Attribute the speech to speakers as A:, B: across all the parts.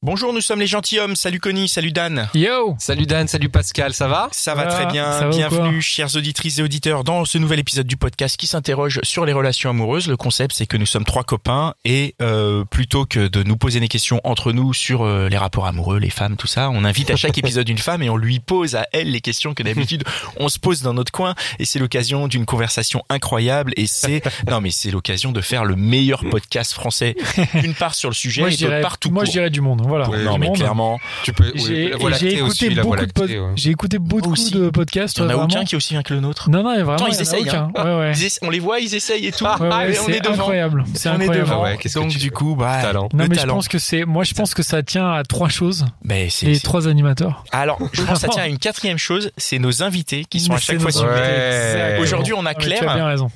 A: Bonjour, nous sommes les gentilshommes. Salut Connie, salut Dan.
B: Yo
C: Salut Dan, salut Pascal, ça va
A: Ça va
B: Ah,
A: très bien.
B: ça va ou
A: Bienvenue,
B: quoi
A: chères auditrices et auditeurs, dans ce nouvel épisode du podcast qui s'interroge sur les relations amoureuses. Le concept, c'est que nous sommes trois copains et euh, plutôt que de nous poser des questions entre nous sur euh, les rapports amoureux, les femmes, tout ça, on invite à chaque épisode une femme et on lui pose à elle les questions que d'habitude on se pose dans notre coin. Et c'est l'occasion d'une conversation incroyable. Et c'est non, mais c'est l'occasion de faire le meilleur podcast français. D'une part sur le sujet
B: Moi
A: et
B: je dirais
A: d'autre part tout
B: moi je
A: court.
B: dirais du monde, hein, voilà.
A: Pour-
C: Ouais,
B: Du
A: non mais
B: monde.
A: clairement,
C: Tu peux. oui,
B: J'ai
C: la
B: et
C: Voie
B: j'ai
C: lactée
B: écouté,
C: aussi, la
B: beaucoup
C: Voie
B: de pod-
C: lactée, ouais.
B: j'ai écouté beaucoup
A: Aussi.
B: de podcasts.
A: il y en a
B: vraiment.
A: aucun qui est aussi bien que le nôtre.
B: Non non, vraiment
A: Attends, ils
B: il y en a
A: essayent, hein.
B: aucun. Ouais ouais.
A: Ils essa- on les voit, ils essayent et tout.
B: Ouais,
A: Ah,
B: ouais,
A: mais on est
B: c'est
A: devant.
B: incroyable, c'est
A: on est
B: incroyable.
A: devant.
C: Ah ouais, qu'est-ce que
A: Donc
C: tu
A: du
C: veux
A: coup, bah,
C: Talent.
B: Non
A: le
B: mais je
A: talent.
B: pense que c'est moi je pense que ça tient à trois choses
A: Mais c'est-
B: les
A: c'est-
B: trois animateurs.
A: Alors, je pense que ça tient à une quatrième chose, c'est nos invités qui sont à
B: Mais
A: chaque fois.
B: c'est nos
A: sur-
C: Ouais.
B: invités, exactement.
A: Aujourd'hui, on a
B: Ah, mais Tu as
A: Claire.
B: bien raison.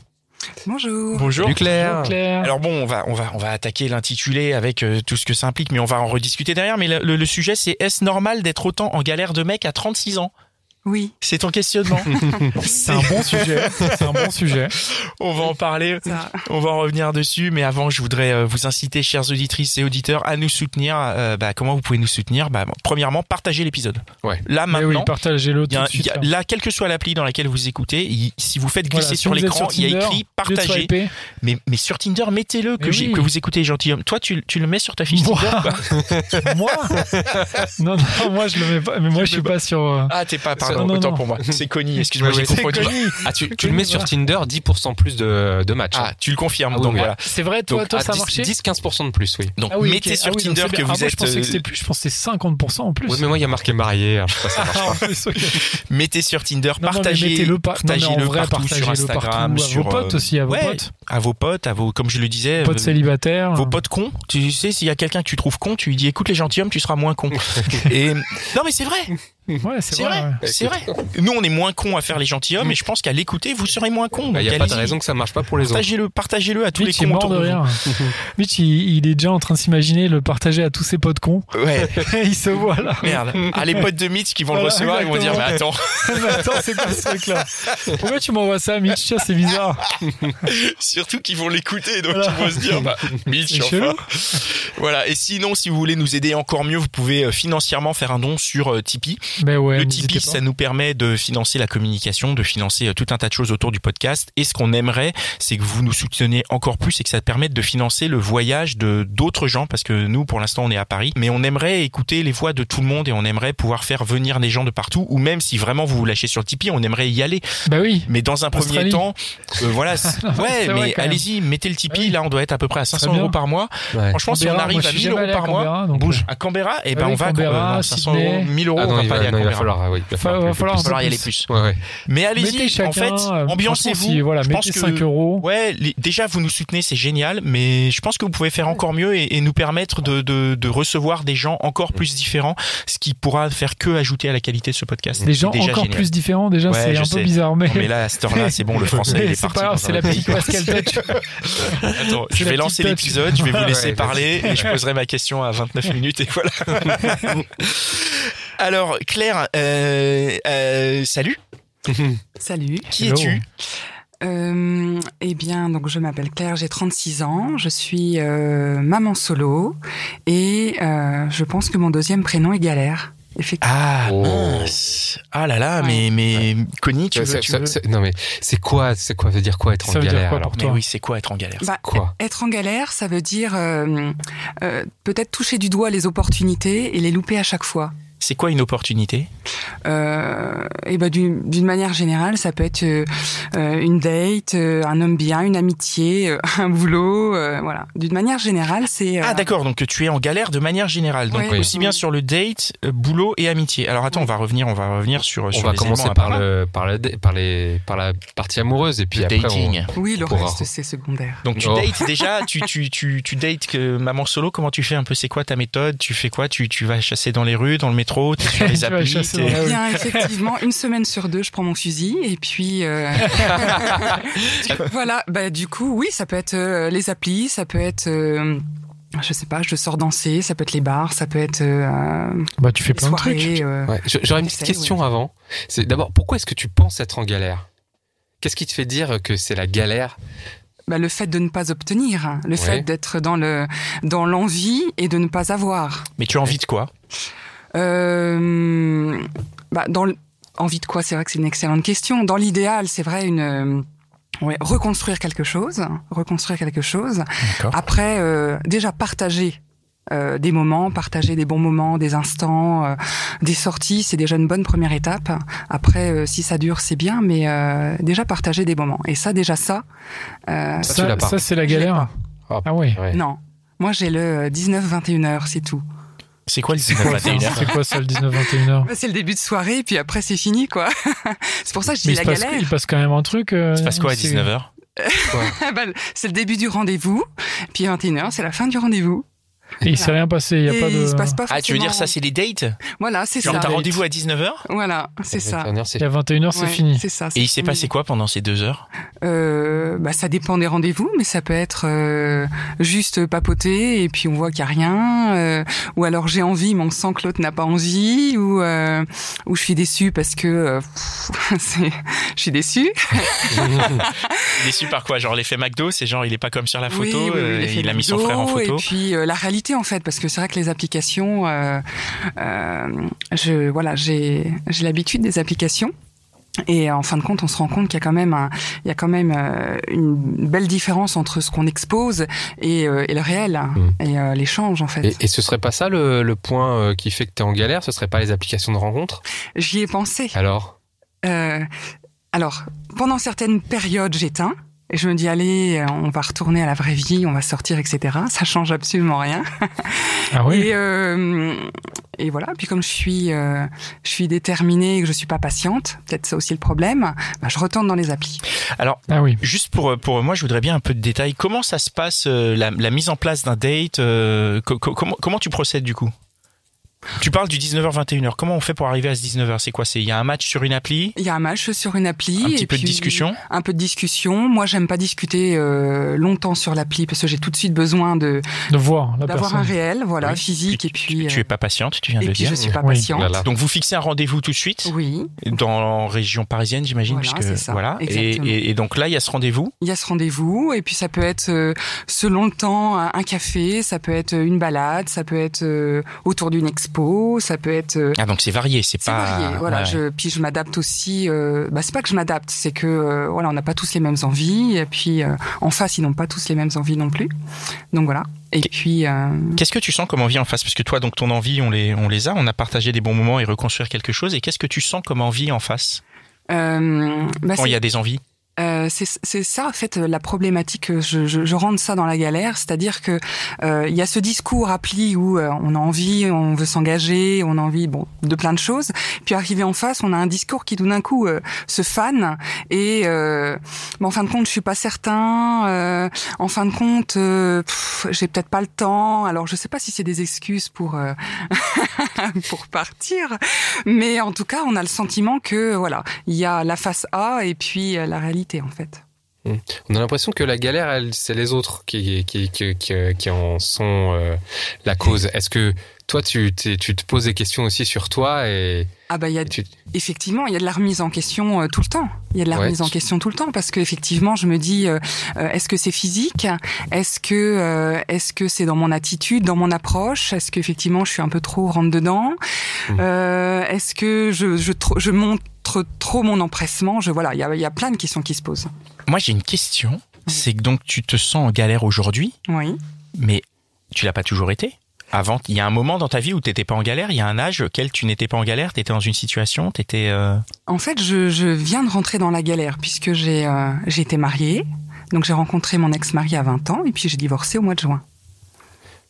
A: Bonjour.
C: Salut Claire.
B: Bonjour, Claire.
A: Alors bon, on va on va on va attaquer l'intitulé avec euh, tout ce que ça implique, mais on va en rediscuter derrière. Mais le, le- le sujet, c'est est-ce normal d'être autant en galère de mec à 36 ans
D: Oui,
A: C'est ton questionnement.
B: c'est un bon sujet. C'est un bon sujet. Eh
A: on va en parler.
D: ça.
A: On va en revenir dessus, mais avant, je voudrais euh, vous inciter, chères auditrices et auditeurs, à nous soutenir. Euh, bah, comment vous pouvez nous soutenir bah, Premièrement, partagez l'épisode.
C: Ouais.
A: Là,
B: Mais oui,
A: maintenant,
B: partagez-le
A: il y
B: tout
A: a-
B: de suite.
A: il y a-
B: là.
A: là, quelle que soit l'appli dans laquelle vous écoutez, il- si vous faites glisser
B: Voilà, si
A: sur
B: vous êtes
A: l'écran, il y a
B: Tinder,
A: écrit
B: vous êtes sur
A: partager.
B: IP.
A: Mais, mais sur Tinder, mettez-le, que,
B: Mais
A: j'ai-
B: oui.
A: que vous écoutez gentilhomme. Toi, tu, tu le mets sur ta fiche
B: Moi.
A: Tinder quoi
B: Moi Non, non, moi je le mets pas. Mais moi je suis pas sur. euh,
A: Ah, t'es pas, pardon,
B: Non, non,
A: autant
B: non.
A: pour moi. C'est Connie, excuse-moi,
C: Oui,
A: j'ai
C: oui, c'est
A: confondu.
B: Connie.
C: Ah, tu, tu le mets sur Tinder, 10% plus de, de matchs.
A: Ah, tu le confirmes,
C: Ah oui,
A: donc
C: oui.
A: voilà.
B: C'est vrai, toi,
C: Donc, ah,
B: toi
C: à
B: ça a
C: 10,
B: marché
C: 10-15% de plus, oui.
A: Donc,
B: Ah oui,
A: mettez
B: ok.
A: sur
B: Ah oui, donc
A: Tinder que
B: c'est bien. Ah,
A: vous
B: moi,
A: êtes.
B: je pensais que
A: euh,
B: c'était plus, je pensais 50% en plus.
C: Oui, mais moi, il y a marqué marié. hein. alors je sais pas, ça marche
B: Ah,
C: pas.
B: en plus, ok.
A: mettez sur Tinder,
B: Non, non, mais
A: partagez,
B: mettez-le par- non, mais en
A: partagez-le
B: vrai,
A: partout
B: partagez-le
A: sur Instagram,
B: partout,
A: sur
B: à vos potes
A: euh,
B: aussi, à vos
A: ouais,
B: potes,
A: à vos potes, à vos, comme je le disais,
B: potes
A: euh,
B: célibataires.
A: vos potes cons. Tu sais, s'il y a quelqu'un que tu trouves con, tu lui dis, écoute les gentilshommes, tu seras moins con. Et non, mais c'est vrai,
B: Ouais, c'est
A: c'est
B: vrai.
A: vrai,
B: ouais.
A: c'est vrai. Nous, on est moins cons à faire les gentilshommes, et je pense qu'à l'écouter, vous serez moins cons.
C: Bah, Il n'y
A: Donc,
C: a pas de
A: allez-y.
C: raison que ça marche pas pour les autres.
A: Partagez-le, partagez-le à tous
B: Mitch
A: les
B: est
A: cons
B: mort
A: autour
B: de
A: de vous.
B: rire. Mitch, il, il est déjà en train de s'imaginer le partager à tous ses potes cons.
A: Ouais,
B: il se voit là.
A: merde. À les potes de Mitch qui vont le
B: Voilà,
A: recevoir, ils vont dire, mais attends,
B: exactement. Mais attends, c'est quoi ce truc là Pourquoi tu m'envoies ça, Mitch Tiens, C'est bizarre.
A: surtout qu'ils vont l'écouter, donc
B: Voilà.
A: ils vont se dire, bah, Mitch,
B: C'est
A: enfin.
B: chelou.
A: Voilà. Et sinon, si vous voulez nous aider encore mieux, vous pouvez euh, financièrement faire un don sur euh, Tipeee.
B: Mais ouais,
A: le
B: n'hésitez
A: Tipeee,
B: pas.
A: ça nous permet de financer la communication, de financer euh, tout un tas de choses autour du podcast. Et ce qu'on aimerait, c'est que vous nous souteniez encore plus et que ça permette de financer le voyage de d'autres gens, parce que nous, pour l'instant, on est à Paris, mais on aimerait écouter les voix de tout le monde et on aimerait pouvoir faire venir des gens de partout. Ou même si vraiment vous vous lâchez sur le Tipeee, on aimerait y aller.
B: Bah oui.
A: Mais dans un premier
B: Australie.
A: temps, euh, voilà, c'est- ouais,
B: c'est vrai
A: mais
B: quand même.
A: allez-y, mettez le Tipeee.
B: Ah oui.
A: Là, on doit être à peu près à 500
B: bien.
A: euros par mois.
C: Ouais.
A: Franchement, si on
B: Canberra,
A: arrive
B: moi, je
A: à
B: suis
A: 1000
B: jamais
A: euros
B: allé à
A: par mois,
B: Canberra, donc,
A: bouge.
B: euh,
A: À Canberra, et ben
B: Ah oui,
A: on va à
B: Canberra,
A: euh, non, 500
B: Sydney.
A: euros, 1000 euros,
C: Ah
A: on
C: non,
A: va
C: il
A: pas
C: va,
A: aller à
C: non, il va
A: Canberra.
C: falloir, ah oui, il va
B: Fa- va
C: un
A: Il va
C: peu
B: falloir
C: plus.
B: un peu
A: falloir y aller
B: plus.
A: plus.
C: Ouais, ouais.
A: Mais
B: Mettez
A: allez-y,
B: chacun.
A: en fait,
B: euh,
A: ambiancez-vous.
B: franchement, si, voilà,
A: je pense
B: mettez
A: que
B: 5 euros.
A: Ouais, les- déjà vous nous soutenez, c'est génial, mais je pense que vous pouvez faire encore mieux et, et nous permettre de, de, de recevoir des gens encore plus différents, ce qui pourra faire que ajouter à la qualité de ce podcast.
B: Des
A: C'est
B: gens
A: déjà
B: encore
A: génial.
B: plus différents, déjà,
A: Ouais,
B: c'est
A: je
B: un
A: sais.
B: peu bizarre. Mais,
A: Non, mais là, à cette heure-là, c'est bon, le français il
B: Mais
A: est
B: c'est
A: parti.
B: pas grave,
A: dans
B: c'est
A: un
B: la
A: autre
B: petite
A: pays.
B: Pascal Touch.
A: Attends,
B: c'est
A: je
B: la
A: vais
B: petite
A: lancer
B: touch.
A: l'épisode, je vais vous laisser
C: Ouais,
A: parler et je poserai ma question à 29 minutes et voilà. Alors, Claire, euh, euh, salut,
D: Salut.
A: qui
B: Hello.
A: es-tu
D: Euh, eh bien, donc je m'appelle Claire, j'ai 36 ans, je suis euh, maman solo et euh, je pense que mon deuxième prénom est Galère. Effectivement.
A: Ah,
C: Oh.
A: mince. Ah là là, mais,
D: Ouais.
A: mais Connie, tu
C: Ouais,
A: veux.
C: ça-
A: tu
C: ça-
A: veux-
C: ça- Non, mais c'est quoi, c'est quoi, veut dire quoi être en
B: Ça veut dire
C: galère
B: quoi
C: alors
B: pour
A: Mais
B: toi.
A: oui, Ah, c'est quoi être en galère
D: Bah,
C: Quoi
D: Être en galère, ça veut dire euh, euh, peut-être toucher du doigt les opportunités et les louper à chaque fois.
A: C'est quoi une opportunité
D: Euh, et ben d'une d'une manière générale, ça peut être euh, euh, une date, euh, un homme bien, une amitié, euh, un boulot, euh, voilà. D'une manière générale, c'est euh,
A: Ah d'accord, donc tu es en galère de manière générale, donc
D: Oui.
A: aussi bien sur le date, euh, boulot et amitié. Alors attends, on va revenir, on va revenir sur
C: On
A: sur
C: va
A: les
C: commencer
A: éléments hein.
C: par,
A: importants.
C: le, par, la, dé- par, les, par la partie amoureuse et puis
A: Le
C: après. on-
A: dating.
D: oui, le
C: pour
D: reste
C: avoir-
D: c'est secondaire.
A: Donc tu
C: Oh.
A: dates déjà, tu tu tu tu dates que maman solo, comment tu fais un peu c'est quoi ta méthode Tu fais quoi Tu tu vas chasser dans les rues, dans le métro, t'es sur les
B: Tu vas
A: applis,
B: chasser
A: t'es-
B: dans Ah oui.
D: Bien, effectivement, une semaine sur deux, je prends mon fusil et puis euh, voilà. Bah du coup, oui, ça peut être euh, les applis, ça peut être. euh, je sais pas, je sors danser, ça peut être les bars, ça peut être euh,
B: Bah, tu fais
D: les
B: plein de trucs.
D: soirées. euh,
C: Ouais, j- J'aurais une petite
D: J'essaie,
C: question avant. C'est d'abord, pourquoi est-ce que tu penses être en galère Qu'est-ce qui te fait dire que c'est la galère
D: bah, le fait de ne pas obtenir, hein, le
C: Ouais.
D: fait d'être dans le dans l'envie et de ne pas avoir.
A: Mais tu as envie de quoi
D: Euh, bah, dans l- envie de quoi C'est vrai que c'est une excellente question. Dans l'idéal, c'est vrai une euh, ouais, reconstruire quelque chose, reconstruire quelque chose.
A: D'accord.
D: Après, euh, déjà partager. euh, des moments, partager des bons moments, des instants, euh, des sorties, c'est déjà une bonne première étape. Après, euh, si ça dure, c'est bien, mais euh, déjà partager des moments. Et ça, déjà ça, euh,
C: Ça, tu l'as
B: Ça,
C: pas.
B: ça, c'est la
D: Je l'ai
B: galère.
C: pas.
B: Ah ouais.
C: Ouais.
D: non. Moi, j'ai le euh, 19-21 heures, c'est tout.
A: C'est quoi le 19-21 heures
B: C'est quoi ça, le 19-21h
D: Bah, C'est le début de soirée, et puis après, c'est fini, quoi. c'est pour ça que je dis
B: Mais il
D: la
B: se, passe,
D: galère.
B: il passe quand même un truc. euh,
A: Il se passe quoi à
B: c'est-
A: 19h
D: Bah, c'est le début du rendez-vous, puis 21h, c'est la fin du rendez-vous.
B: Et il s'est rien passé. Il y a
D: Et
B: pas de.
D: il se passe pas
A: Ah, tu veux dire ça
D: forcément-
A: c'est les dates
D: Voilà, c'est
A: Genre
D: ça.
A: t'as rendez-vous à 19h
D: Voilà, c'est
C: La
D: ça.
C: dernière,
B: Et
C: c'est-
B: à 21h, c'est
D: Ouais,
B: fini.
D: C'est ça. c'est
A: Et il s'est
D: fini.
A: passé quoi pendant ces deux heures
D: Euh, bah, Ça dépend des rendez-vous, mais ça peut être euh, juste papoter et puis on voit qu'il n'y a rien. euh, ou alors j'ai envie, mais on sent que l'autre n'a pas envie. Ou, euh, ou je suis déçue parce que euh, pff, c'est- je suis déçue.
A: Déçu par quoi Genre l'effet McDo, c'est genre il est pas comme sur la photo,
D: Oui, oui, oui,
A: euh,
D: l'effet
A: il a mis son
D: McDo,
A: frère en photo.
D: Et puis euh, la réalité en fait, parce que c'est vrai que les applications, euh, euh, je voilà, j'ai j'ai l'habitude des applications. Et en fin de compte, on se rend compte qu'il y a quand même, un- il y a quand même euh, une belle différence entre ce qu'on expose et, euh, et le réel et euh, l'échange en fait.
C: Et, et ce serait pas ça le, le point euh, qui fait que t'es en galère Ce serait pas les applications de rencontre
D: J'y ai pensé.
C: Alors
D: Euh, alors, pendant certaines périodes, j'éteins. Et je me dis, allez, euh, on va retourner à la vraie vie, on va sortir, etc. Ça change absolument rien.
B: Ah oui.
D: Et, euh, et voilà. Puis comme je suis, euh, je suis déterminée et que je suis pas patiente, peut-être c'est aussi le problème. Bah, je retourne dans les applis.
B: Ah oui.
A: Juste pour, euh, pour moi, je voudrais bien un peu de détails. Comment ça se passe, euh, la, la mise en place d'un date euh, co- co- comment, comment tu procèdes du coup Tu parles du 19h-21h. Comment on fait pour arriver à ce 19h C'est quoi C'est Il y a un match sur une appli
D: Il y a un match sur une appli,
A: Un
D: et
A: petit peu de
D: puis
A: discussion
D: un peu de discussion. Moi, j'aime pas discuter euh, longtemps sur l'appli parce que j'ai tout de suite besoin de
B: De voir la
D: d'avoir un
B: personne.
D: réel, voilà,
A: Oui.
D: physique, et puis
A: tu, tu es pas patiente, tu viens de
D: euh,
A: le
D: et puis
A: dire.
D: je suis pas
B: Oui.
D: patiente.
C: Là, là.
A: Donc vous fixez un rendez-vous tout de suite
D: Oui,
A: dans la région parisienne, j'imagine,
D: Voilà,
A: puisque
D: c'est ça.
A: voilà. Et,
D: Exactement.
A: et- et donc là, il y a ce rendez-vous.
D: il y a ce rendez-vous, et puis ça peut être euh, selon le temps un un café, ça peut être une balade, ça peut être euh, autour d'une expo, ça peut être euh,
A: Ah donc c'est varié, c'est
D: C'est
A: pas.
D: varié, voilà.
A: ouais, ouais.
D: Je, puis je m'adapte aussi. Euh, bah, c'est pas que je m'adapte, c'est que euh, voilà, on n'a pas tous les mêmes envies. Et puis euh, en face, ils n'ont pas tous les mêmes envies non plus. Donc voilà. Et puis euh,
A: Qu'est-ce que tu sens comme envie en face Parce que toi, donc ton envie, on les, on les a. On a partagé des bons moments et reconstruire quelque chose. Et qu'est-ce que tu sens comme envie en face
D: euh, bah,
A: quand il y
D: c'est
A: a des envies
D: euh, c'est- c'est ça en fait la problématique. euh, Je, je, je rentre ça dans la galère, c'est-à-dire que euh, il y a ce discours appli où euh, on a envie, on veut s'engager, on a envie bon de plein de choses. Puis arrivé en face, on a un discours qui tout d'un coup euh, se fan et euh, mais en fin de compte, je suis pas certain. euh, en fin de compte, euh, pff, j'ai peut-être pas le temps. Alors je sais pas si c'est des excuses pour euh, pour partir, mais en tout cas, on a le sentiment que voilà, il y a la face A et puis euh, la réalité en fait.
C: On a l'impression que la galère, elle, c'est les autres qui, qui, qui, qui, qui en sont euh, la cause. Est-ce que toi, tu, t'es- tu te poses des questions aussi sur toi et,
D: Ah bah il y a
C: et tu-
D: effectivement, il y a de la remise en question euh, tout le temps. Il y a de la
C: Ouais.
D: remise en question tout le temps parce que effectivement, je me dis euh, euh, est-ce que c'est physique Est-ce que euh, est-ce que c'est dans mon attitude, dans mon approche Est-ce qu'effectivement, je suis un peu trop rentre dedans
C: Mhm.
D: Euh, Est-ce que je je, tro- je montre trop mon empressement Je voilà, il y a, il y a plein de questions qui se posent.
A: Moi, j'ai une question. C'est que donc tu te sens en galère aujourd'hui,
D: Oui.
A: mais tu l'as pas toujours été. avant, il y a un moment dans ta vie où tu n'étais pas en galère, il y a un âge auquel tu n'étais pas en galère, tu étais dans une situation, tu étais... euh,
D: En fait, je, je viens de rentrer dans la galère puisque j'ai euh, j'ai été mariée. Donc j'ai rencontré mon ex-mari à 20 ans et puis j'ai divorcé au mois de juin.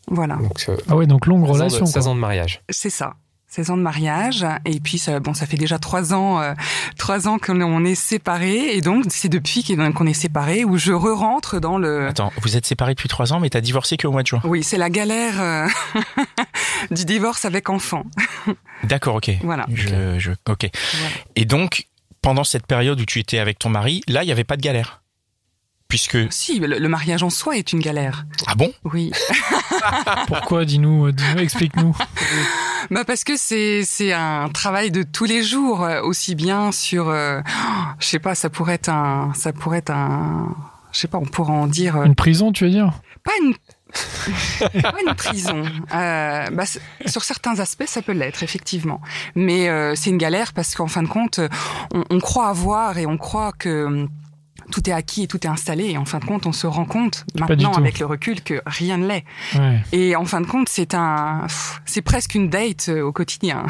D: Voilà,
C: Donc, euh,
B: Ah ouais, donc longue
C: 16 ans de-
B: relation.
C: 16
B: quoi.
C: ans de mariage.
D: c'est ça. 16 ans de mariage et puis ça, bon, ça fait déjà trois ans, euh, trois ans qu'on on est séparés et donc c'est depuis qu'on qu'on est séparés où je re-rentre dans le...
A: Attends, vous êtes séparés depuis trois ans, mais t'as divorcé qu'au mois de juin.
D: Oui, c'est la galère euh, du divorce avec enfant.
A: D'accord, ok.
D: Voilà.
A: Je, je- ok.
D: Voilà.
A: Et donc, pendant cette période où tu étais avec ton mari, là, il n'y avait pas de galère. Puisque...
D: Si, le, le mariage en soi est une galère.
A: Ah bon
D: Oui.
B: Pourquoi Dis-nous, euh, dis-nous, explique-nous.
D: Bah parce que c'est c'est un travail de tous les jours euh, aussi bien sur euh, oh, je sais pas ça pourrait être un ça pourrait être un je sais pas on pourrait en dire euh,
B: Une prison, tu veux dire
D: pas une pas une prison Euh, bah, c'est- sur certains aspects ça peut l'être effectivement mais euh, c'est une galère parce qu'en fin de compte euh, on, on croit avoir et on croit que hum, tout est acquis et tout est installé et en fin de compte on se rend compte
B: pas du
D: maintenant
B: tout.
D: avec le recul que rien ne l'est
B: Ouais.
D: et en fin de compte, c'est un, pff, c'est presque une date euh, au quotidien.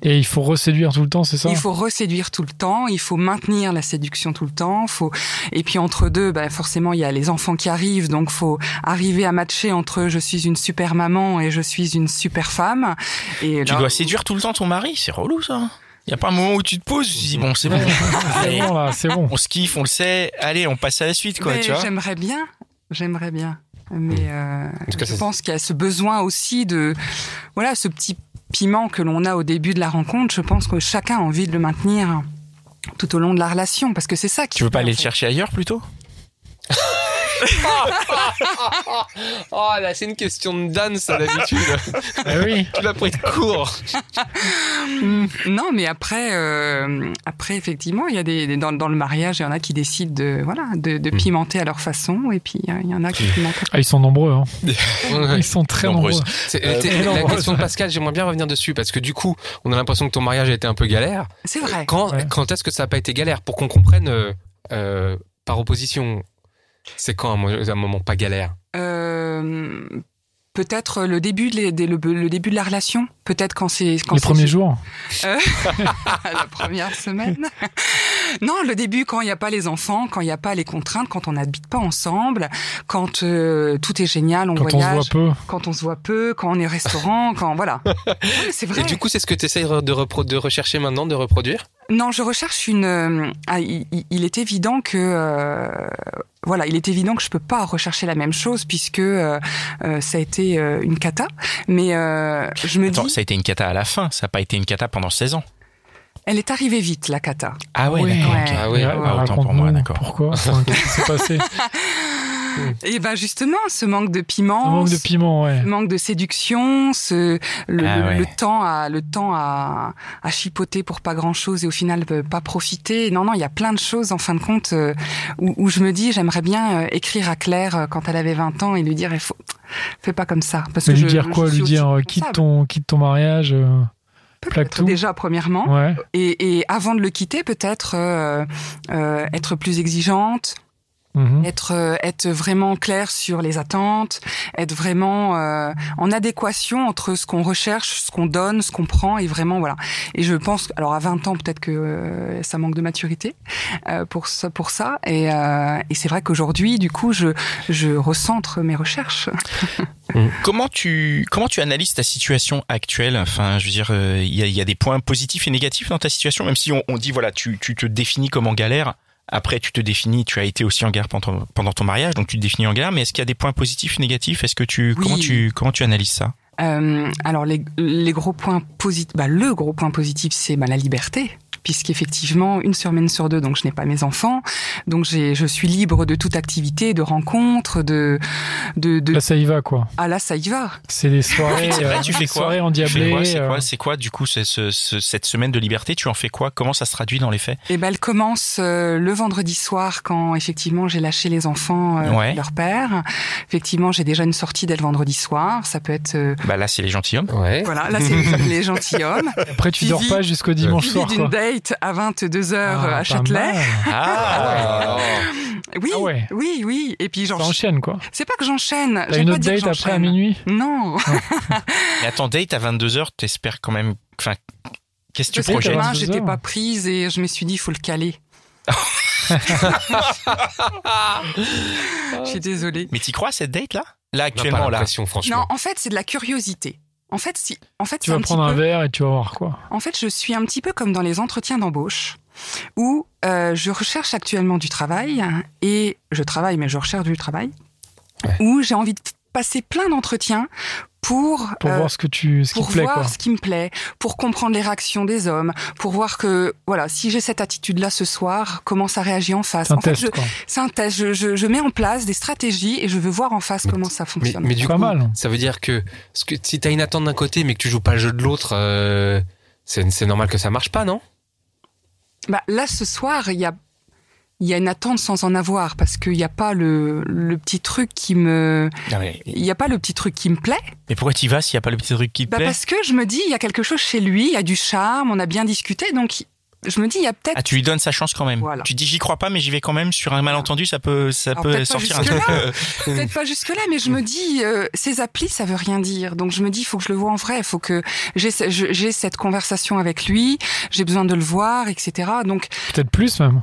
B: Et il faut reséduire tout le temps, c'est ça
D: Il faut reséduire tout le temps, il faut maintenir la séduction tout le temps, faut et puis entre deux, bah forcément il y a les enfants qui arrivent, donc faut arriver à matcher entre je suis une super maman et je suis une super femme. Et
A: Tu
D: là-
A: dois séduire tout le temps ton mari, c'est relou ça. Il n'y a pas un moment où tu te poses, tu te dis bon, c'est bon.
B: C'est
A: Allez,
B: bon, là, c'est bon.
A: on se kiffe, on le sait, allez, on passe à la suite, quoi,
D: Mais
A: tu vois.
D: J'aimerais bien, j'aimerais bien, mais euh,
C: tout cas,
D: je
C: c'est-
D: pense qu'il y a ce besoin aussi de voilà ce petit piment que l'on a au début de la rencontre. Je pense que chacun a envie de le maintenir tout au long de la relation parce que c'est ça qui
A: Tu veux pas
D: fait,
A: aller
D: en
A: le
D: fait.
A: chercher ailleurs plutôt
C: Oh là, c'est une question de Dan, ça d'habitude.
B: Eh oui.
C: tu l'as pris de court.
D: Non, mais après, euh, après effectivement, il y a des, des- dans, dans le mariage, il y en a qui décident de voilà de, de
B: Mm.
D: pimenter à leur façon, et puis euh, il y en a qui pimentent.
B: Ah, ils sont nombreux, hein. Ils sont très
A: Nombreuses.
B: nombreux.
C: C'est-
A: Euh,
C: t'es-
B: mais non,
C: la
B: moi,
C: question de Pascal, j'aimerais bien revenir dessus parce que du coup, on a l'impression que ton mariage a été un peu galère.
D: C'est vrai.
C: Quand,
B: Ouais.
C: quand est-ce que ça n'a pas été galère Pour qu'on comprenne euh, euh, par opposition, c'est quand un, mo- un moment pas galère
D: Euh, peut-être le début, de les- des- le, le début de la relation. Peut-être quand c'est quand
B: Les
D: c'est-
B: premiers jours.
D: la première semaine. non, le début, quand il n'y a pas les enfants, quand il n'y a pas les contraintes, quand on n'habite pas ensemble, quand euh, tout est génial, on
B: Quand on se
D: voyage,
B: voit peu.
D: quand on se voit peu, quand on est au restaurant, quand voilà. Non, mais C'est vrai.
C: Et du coup, c'est ce que tu essayes de, repro- de rechercher maintenant, de reproduire
D: Non, je recherche une. euh, ah, il, il- il est évident que euh, voilà, il est évident que je peux pas rechercher la même chose puisque euh, euh, ça a été euh, une cata. Mais euh, je me
A: Attends,
D: dis,
A: ça a été une cata à la fin, ça n'a pas été une cata pendant 16 ans.
D: elle est arrivée vite la cata.
A: Ah ouais,
B: Oui.
A: d'accord.
D: Ouais.
A: ok.
C: Ah oui,
B: Et,
C: ah,
B: euh,
A: autant pour
B: raconte-nous
A: moi, d'accord.
B: Pourquoi Enfin, Qu'est-ce qui s'est passé
D: Et ben justement, ce manque de piment.
B: Un manque de piment, ouais.
D: ce manque de séduction, ce, le,
A: Ah
D: le-
A: ouais.
D: le temps à le temps à, à chipoter pour pas grand chose et au final euh, pas profiter. Non non, il y a plein de choses en fin de compte euh, où, où je me dis j'aimerais bien euh, écrire à Claire euh, quand elle avait 20 ans et lui dire il faut fais pas comme ça parce
B: Mais
D: que
B: lui
D: je-
B: dire
D: je
B: quoi
D: suis
B: Lui
D: aussi
B: dire euh, quitte
D: responsable.
B: ton, quitte ton mariage, euh, plaque
D: Peut-être
B: tout.
D: déjà premièrement
B: Ouais.
D: et, et avant de le quitter peut-être euh, euh, être plus exigeante
B: Mhm.
D: être euh, être vraiment clair sur les attentes, être vraiment euh, en adéquation entre ce qu'on recherche, ce qu'on donne, ce qu'on prend et vraiment voilà. Et je pense que- alors à 20 ans peut-être que euh, ça manque de maturité euh, pour ça pour ça et, euh, et c'est vrai qu'aujourd'hui du coup je je recentre mes recherches.
A: Comment tu comment tu analyses ta situation actuelle Enfin, je veux dire, euh, il y, a- il y a des points positifs et négatifs dans ta situation, même si on, on dit voilà, tu, tu te définis comme en galère. Après, tu te définis, tu as été aussi en galère pendant, pendant ton mariage, donc tu te définis en galère. Mais est-ce qu'il y a des points positifs, négatifs Est-ce que tu
D: Oui.
A: comment tu comment tu analyses ça
D: Euh, alors les, les gros points positifs, bah, le gros point positif c'est bah, la liberté. Puisqu'effectivement, une semaine sur deux, donc je n'ai pas mes enfants, donc j'ai, je suis libre de toute activité, de rencontres, de, de, de
B: Là, ça y va, quoi.
D: Ah là, ça y va.
B: C'est des soirées.
A: C'est vrai, tu
B: euh,
A: fais
B: des
A: quoi
B: soirées
A: Tu fais
B: endiablées.
A: quoi C'est
B: euh,
A: quoi C'est quoi du coup c'est ce- ce- cette semaine de liberté Tu en fais quoi Comment ça se traduit dans les faits
D: Et ben, elle commence euh, le vendredi soir quand effectivement j'ai lâché les enfants euh,
A: Ouais.
D: leur père. Effectivement, j'ai déjà une sortie dès le vendredi soir. Ça peut être euh,
A: Bah là, c'est les gentilshommes.
C: Ouais.
D: voilà, là c'est les gentilshommes.
B: Après, tu
D: Vivi-
B: dors pas jusqu'au dimanche
D: Vivi
B: soir,
D: d'une
B: quoi.
D: date Night à 22h
B: Ah,
D: à
B: pas
D: Châtelet.
B: mal.
A: Ah,
D: Oui,
B: Ah ouais.
D: oui, oui. Et puis
B: Ça
D: genre,
B: enchaîne, quoi.
D: c'est pas que j'enchaîne.
B: T'as
D: j'aime
B: une
D: pas
B: autre
D: dire que
B: date après Ah, à
D: j'enchaîne.
B: minuit
D: Non.
A: Mais attends, date à 22h, t'espères quand même. Enfin, qu'est-ce que tu
D: Parce que
B: projettes
A: projettes
D: demain,
B: 22
D: j'étais
B: heures.
D: pas prise et je me suis dit, il faut le caler. Je suis désolée.
A: Mais t'y crois cette date là Là
C: On n'a pas
A: actuellement là.
C: l'impression,
D: Non,
C: franchement.
D: en fait, c'est de la curiosité. En fait, si, en fait,
B: Tu
D: c'est
B: vas
D: un petit
B: prendre un
D: peu-
B: verre et tu vas voir, quoi.
D: En fait, je suis un petit peu comme dans les entretiens d'embauche, où euh, je recherche actuellement du travail, et je travaille, mais je recherche du travail,
C: Ouais.
D: où j'ai envie de passer plein d'entretiens pour,
B: Pour
D: euh,
B: voir ce que tu, ce qui
D: pour
B: te plaît,
D: voir
B: quoi.
D: ce qui me plaît, pour comprendre les réactions des hommes, pour voir que, voilà, si j'ai cette attitude-là ce soir, comment ça réagit en face.
B: C'est un
D: en fait,
B: test,
D: je,
B: quoi.
D: c'est un test. Je, je- je mets en place des stratégies et je veux voir en face comment ça
C: Mais,
D: fonctionne.
C: mais du
B: Pas
C: coup,
B: mal.
C: ça veut dire que, ce que si t'as une attente d'un côté mais que tu joues pas le jeu de l'autre, euh, c'est c'est normal que ça marche pas, non
D: Bah, là, ce soir, il y a, il y a une attente sans en avoir parce qu'il n'y a pas le, le petit truc qui me,
A: Non, mais,
D: il y a pas le petit truc qui me plaît.
A: mais pourquoi t'y vas s'il n'y a pas le petit truc qui te
D: Bah,
A: plaît
D: parce que je me dis, il y a quelque chose chez lui, il y a du charme, on a bien discuté, donc je me dis, il y a peut-être.
A: Ah, tu lui donnes sa chance quand même.
D: Voilà.
A: Tu dis j'y crois pas, mais j'y vais quand même. Sur un malentendu, ça peut, ça
D: Alors,
A: peut
D: peut-être pas
A: sortir un truc.
D: jusque-là.
A: euh,
D: Peut-être pas jusque-là, mais je me dis, euh, ces applis, ça veut rien dire. Donc je me dis, il faut que je le vois en vrai, il faut que j'ai ce- je- j'ai cette conversation avec lui, j'ai besoin de le voir, etc. Donc
B: Peut-être plus, même.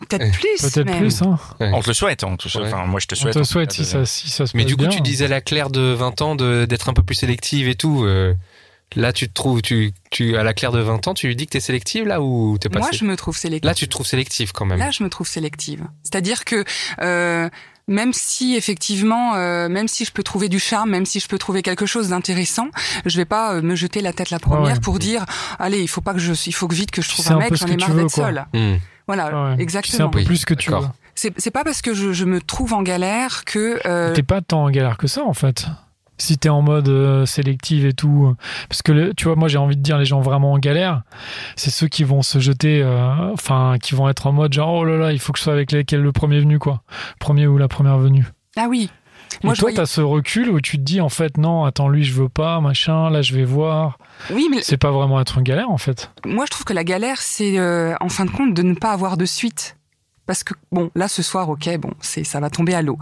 D: peut-être plus.
B: Eh, Peut-être
D: même.
B: plus, hein.
A: On te le souhaite, on te souhaite.
C: Ouais.
A: Enfin, moi, je te
B: On
A: souhaite.
B: te souhaite si ça, si ça se
C: Mais
B: passe
C: du coup,
B: bien. hein.
C: tu disais à la Claire de 20 ans de- d'être un peu plus sélective et tout. euh, là, tu te trouves, tu, tu, à la Claire de 20 ans, tu lui dis que t'es sélective là ou t'es pas
D: Moi,
C: sé-
D: je me trouve sélective.
C: Là, tu te trouves sélective quand même.
D: Là, je me trouve sélective. C'est-à-dire que euh, même si effectivement, euh, même si je peux trouver du charme, même si je peux trouver quelque chose d'intéressant, je vais pas euh, me jeter la tête la première
B: Ah ouais.
D: pour dire allez, il faut pas que je, il faut que vite que je
B: Tu
D: trouve
B: sais
D: un
B: un
D: mec,
B: peu ce
D: j'en
B: que
D: ai
B: tu
D: marre
B: veux,
D: d'être
B: quoi.
D: seule.
C: Hmm.
D: Voilà,
B: Ah Ouais. Tu sais un
D: exactement.
B: peu
C: Oui,
B: plus ce que tu
C: d'accord.
B: veux.
D: C'est c'est pas parce que je, je me trouve en galère que euh,
B: T'es pas tant en galère que ça, en fait. Si t'es en mode euh, sélective et tout. Parce que, le- tu vois, moi, j'ai envie de dire les gens vraiment en galère, c'est ceux qui vont se jeter, euh, enfin, qui vont être en mode genre, oh là là, il faut que je sois avec lesquels le premier venu, quoi. Premier ou la première venue.
D: ah oui.
B: Moi,
D: Moi,
B: et
D: je
B: toi,
D: voyais-
B: t'as ce recul où tu te dis, en fait, non, attends, lui, je veux pas, machin, là, je vais voir.
D: Oui, mais
B: C'est pas vraiment être en galère, en fait.
D: moi je trouve que la galère c'est euh, en fin de compte de ne pas avoir de suite. Parce que bon, là ce soir, ok, bon, c'est ça va tomber à l'eau.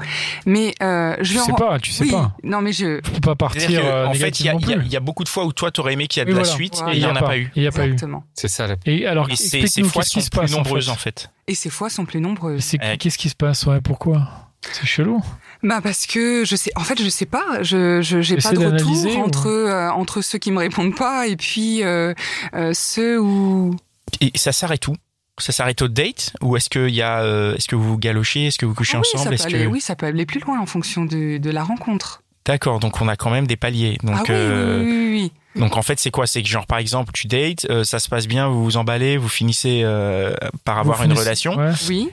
D: Mais euh, je
B: Tu
D: vais
B: sais
D: en-
B: pas, tu sais
D: oui,
B: pas.
D: non mais je
B: Tu peux pas
A: C'est-à-dire
B: partir
A: que,
B: euh,
A: en fait, il y a-
B: négativement
A: il y, a-
B: plus.
A: il y a beaucoup de fois où toi, t'aurais aimé qu'il y a de
B: Oui,
A: la
B: voilà.
A: suite
D: Voilà.
A: et il y en a pas eu.
B: Il y a pas eu.
D: exactement.
C: C'est ça. la-
B: Et alors,
A: Et ces, ces
B: explique-nous
A: fois
B: qu'est-ce
A: sont
B: qui se
A: plus
B: passe. en
A: nombreuses
B: fait.
A: en fait. Euh,
D: Et ces fois sont plus nombreuses.
B: C'est
A: Ouais.
B: qu'est-ce qui se passe ouais, Pourquoi C'est chelou.
D: Bah parce que je sais, en fait je sais pas, je je- j'ai pas
B: Essaie
D: de
B: d'analyser,
D: retour
B: ou-
D: entre euh, entre ceux qui me répondent pas et puis euh, euh, ceux où
A: Et ça s'arrête où Ça s'arrête au date ou est-ce que il y a, euh, est-ce que vous vous galochez, est-ce que vous couchez
D: Ah oui, ça
A: ensemble,
D: peut
A: est-ce
D: aller,
A: que
D: oui ça peut aller plus loin en fonction de de la rencontre.
A: D'accord, donc on a quand même des paliers. Donc,
D: ah oui,
A: euh,
D: oui, oui, oui.
A: donc en fait, c'est quoi C'est que genre par exemple, tu dates, euh, ça se passe bien, vous vous emballez, vous finissez euh, par avoir
B: Vous
A: une
B: finissez-
A: relation.
B: ouais.
D: Oui.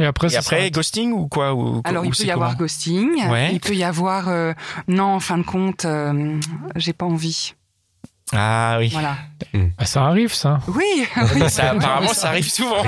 B: Et après,
A: Et
B: ça
A: après,
B: s'arrête.
A: ghosting ou quoi ou,
D: Alors
A: ou
D: il peut
A: c'est
D: y avoir
A: comment
D: ghosting,
A: Ouais.
D: il peut y avoir euh, non en fin de compte euh, j'ai pas envie.
A: Ah oui.
D: Voilà.
B: Bah, ça arrive, ça.
D: Oui.
A: Ça, apparemment, ça arrive souvent.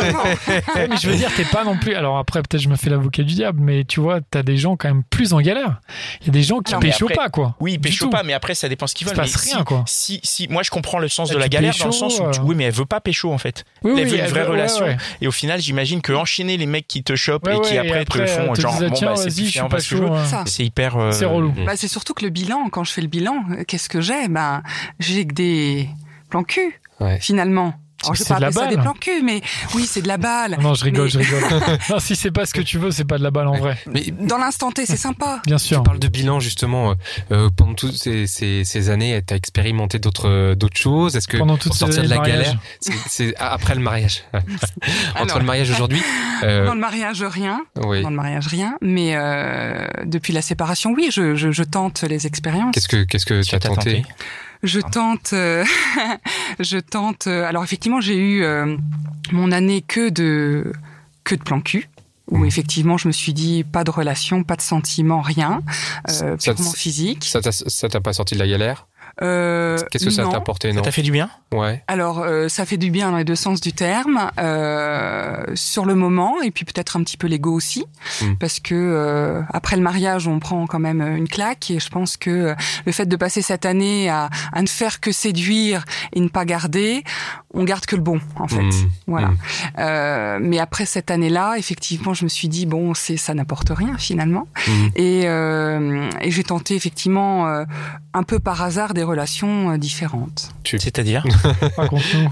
B: Ouais, mais je veux dire, t'es pas non plus. Ah. Alors après, peut-être je me fais l'avocat du diable, mais tu vois, t'as des gens quand même plus en galère. Il y a des gens qui
D: Non,
A: mais
B: pécho
A: après-
B: pas, quoi.
A: Oui,
B: Du
A: pécho
B: tout.
A: pas, mais après, ça dépend ce qu'ils
B: Il se
A: veulent.
B: passe
A: mais
B: rien,
A: si,
B: quoi.
A: si, si- moi, je comprends le sens
B: Là,
A: de la
B: tu
A: galère dans le
B: pécho,
A: sens où, tu-
B: euh.
A: oui, mais elle veut pas pécho, en fait.
B: Oui,
A: Elle
B: oui,
A: veut une
B: elle
A: vraie
B: veut- ouais,
A: relation.
B: ouais.
A: Et au final, j'imagine que enchaîner les mecs qui te chopent
B: Ouais,
A: et qui
B: ouais,
A: après, te font
B: euh, te
A: genre,
B: disent, ah,
A: bon,
B: tiens,
A: bah, c'est
B: vas-y,
A: plus
B: je suis
A: chiant,
B: pas
A: parce que je
B: chaud.
A: veux.
B: ouais.
D: Ça.
A: C'est hyper. euh,
B: C'est relou.
C: Mm.
D: Bah, c'est surtout que le bilan, quand je fais le bilan, euh, qu'est-ce que j'ai Ben, j'ai que des plans cul,
C: Ouais.
D: finalement. Alors, je vais
B: C'est
D: pas
B: de la
D: appeler ça des
B: balle.
D: plans cul, mais oui, c'est de la balle.
B: Non, je rigole,
D: Mais-
B: je rigole. non, si c'est pas ce que tu veux, c'est pas de la balle en vrai.
C: Mais
D: Dans l'instant T, c'est sympa.
B: Bien sûr.
C: tu parles de bilan justement. euh, euh, pendant toutes ces, ces, ces années, t'as expérimenté d'autres euh, d'autres choses. Est-ce que
B: Pendant toutes
C: pour
B: ces
C: sortir
B: années
C: de la
B: de mariage.
C: galère, c'est c'est- ah, après le mariage, entre
D: Alors.
C: le mariage aujourd'hui, euh,
D: Dans le mariage, rien.
C: oui.
D: Dans le mariage, rien. Mais euh, depuis la séparation, oui, je, je- je tente les expériences.
C: Qu'est-ce que qu'est-ce que
A: ce que
C: t'as tenté
D: Je
C: Ah.
D: tente. euh, je tente. euh, alors, effectivement, j'ai eu euh, mon année que de, que de plans cul. Où
C: Mm.
D: effectivement, je me suis dit pas de relation, pas de sentiment, rien, euh,
C: Ça-
D: purement physique.
C: Ça t'a- ça t'a pas sorti de la galère
D: Euh,
C: Qu'est-ce que ça
D: non.
C: t'a apporté, non
A: T'as fait du bien
C: Ouais.
D: Alors, euh, ça fait du bien dans les deux sens du terme, euh, sur le moment, et puis peut-être un petit peu l'ego aussi,
C: Mm.
D: parce que euh, après le mariage, on prend quand même euh, une claque, et je pense que euh, le fait de passer cette année à, à ne faire que séduire et ne pas garder, on garde que le bon, en fait.
C: Mm.
D: Voilà.
C: Mm.
D: Euh, mais après cette année-là, effectivement, je me suis dit bon, c'est ça n'apporte rien finalement,
C: Mm.
D: et, euh, et j'ai tenté effectivement euh, un peu par hasard des relations euh, différentes.
A: C'est-à-dire
B: Raconte-nous.